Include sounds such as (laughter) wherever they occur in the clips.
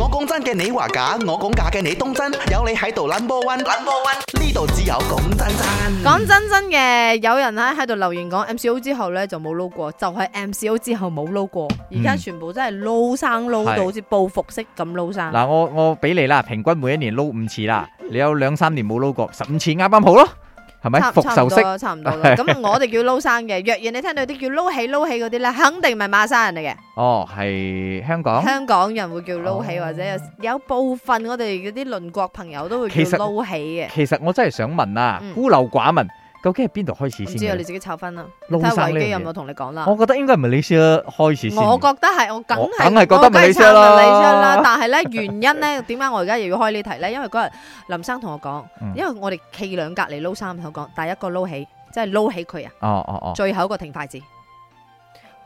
我講真嘅，你話假；我講假嘅，你當真。有你喺度 number one，number one，呢度只有講真真。講真真嘅，有人喺喺度留言講 MCO 之後咧就冇撈過，就係 MCO 之後冇撈過，而家嗯全部真係撈生撈到係好似報復式咁撈生。嗱，我我俾你啦，平均每一年撈五次啦，你有兩三年冇撈過，十五次啱啱好咯，係咪？差復差唔仇多式啦，差唔多 (laughs) 啦。咁我哋叫撈生嘅，若然你聽到啲叫撈起撈起嗰啲咧，肯定唔係馬沙人嚟嘅，哦，係香港。香港人會叫撈起，哦或者有有部分我哋嗰啲鄰國朋友都會叫其實撈起嘅。其實我真係想問啊嗯，孤陋寡聞，究竟係邊度開始唔知啊，先你嘅？自己湊分啦，睇撈下生維呢基有樣冇嘢，同你講啦。我覺得應該係 Malaysia 開始先嘅。我覺得係，我梗係我梗係覺得我梗係唔撐理先啦唔理先啦。但係咧，原因咧， (laughs) 點解我而家又要開呢題咧？因為嗰日林生同我講，嗯因為我哋企兩隔離撈三口講，第一個撈起，即係撈起佢啊，哦哦最後一個停筷子。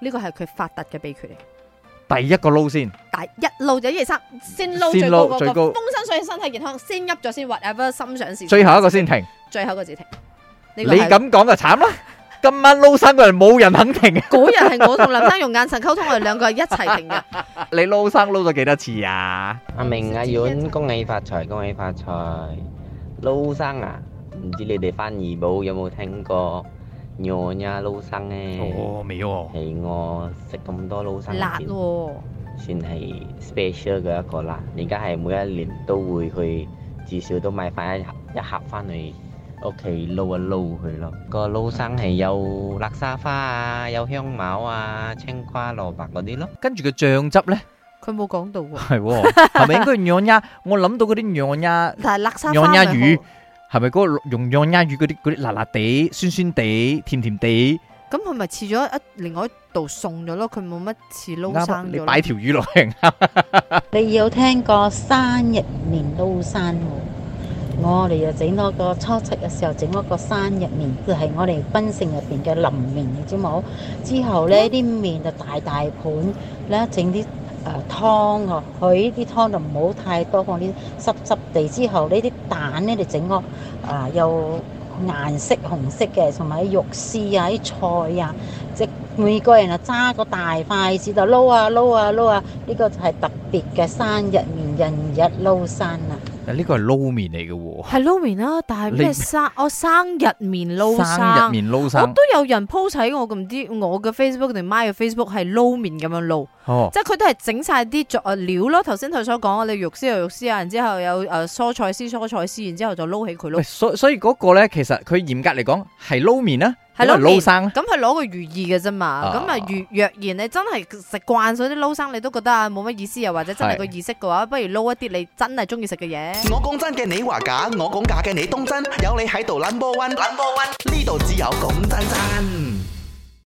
呢個係佢發達嘅秘訣嚟。哦，第一個撈先。但係一撈就一二三，先撈先最高撈嗰最個高風生水起，身體健康，先噏咗先 whatever 心想事。最後一個先，停。最後一個字停。呢你個係咁講就慘啦！今晚撈生嗰人冇人肯停，嗰日係我同林生用眼神溝通，我哋兩個係一齊停嘅。 (laughs) 你撈生撈咗幾多次啊？阿明阿阮，恭喜發財，恭喜發財！撈生啊，唔知你哋翻怡保有冇聽過我呀撈生呢？，未喎。係我食咁多撈生辣入喎，邊算係 special 嘅一個啦。而家係每一年都會去，至少都買翻一盒一盒翻去屋企撈一撈佢咯。個撈生係有辣沙花啊，有香茅啊、青瓜、蘿蔔嗰啲咯。跟住個醬汁咧，佢冇講到喎。係喎，係咪應該釀鴨？我諗到嗰啲釀鴨，但係辣沙釀花咪鴨好魚係咪嗰個用釀鴨魚嗰啲嗰啲辣辣地、酸酸地、甜甜地？咁佢咪似咗一另外一道餸咗咯，佢冇乜似撈啱，啊生你咗擺咯。條魚落去。你有聽過生日面撈生喎？我哋又整多個初七嘅時候整一個生日面，就係、我哋檳城入邊嘅淋面，你知冇？之後呢啲面就大大盤咧，整啲誒湯啊，佢啲湯就唔好太多，放啲濕濕地。之後呢啲蛋咧，你整個啊有顏色紅色嘅，同埋啲肉絲啊、啲菜啊，即每個人啊揸個大筷子就撈啊撈啊撈啊，呢、個就係特別嘅生日面，人日撈啊生啦。 (laughs) 嗱，呢個係撈麵嚟嘅喎，係撈麵啦，但係咩你生？我生日面撈生日生，面撈我生都有人 post 喺我咁啲我嘅 Facebook 定 my 嘅 Facebook 係撈麵咁樣撈。哦，即係佢都係整晒啲作啊料咯。頭先佢所講，你肉絲有肉絲啊，然之後有誒蔬菜絲蔬菜絲，然之後就撈起佢撈。喂所所以嗰個咧，其實佢嚴格嚟講係撈麵啦，係因為撈麵撈生。咁佢攞個寓意嘅啫嘛。啊咁啊，如若然你真係食慣咗啲撈生，你都覺得啊冇乜意思，又或者真係係個意識嘅話，不如撈一啲你真係中意食嘅嘢。我講真嘅，你話假；我講假嘅，你當真。有你喺度 number one，number one，呢度只有講真真。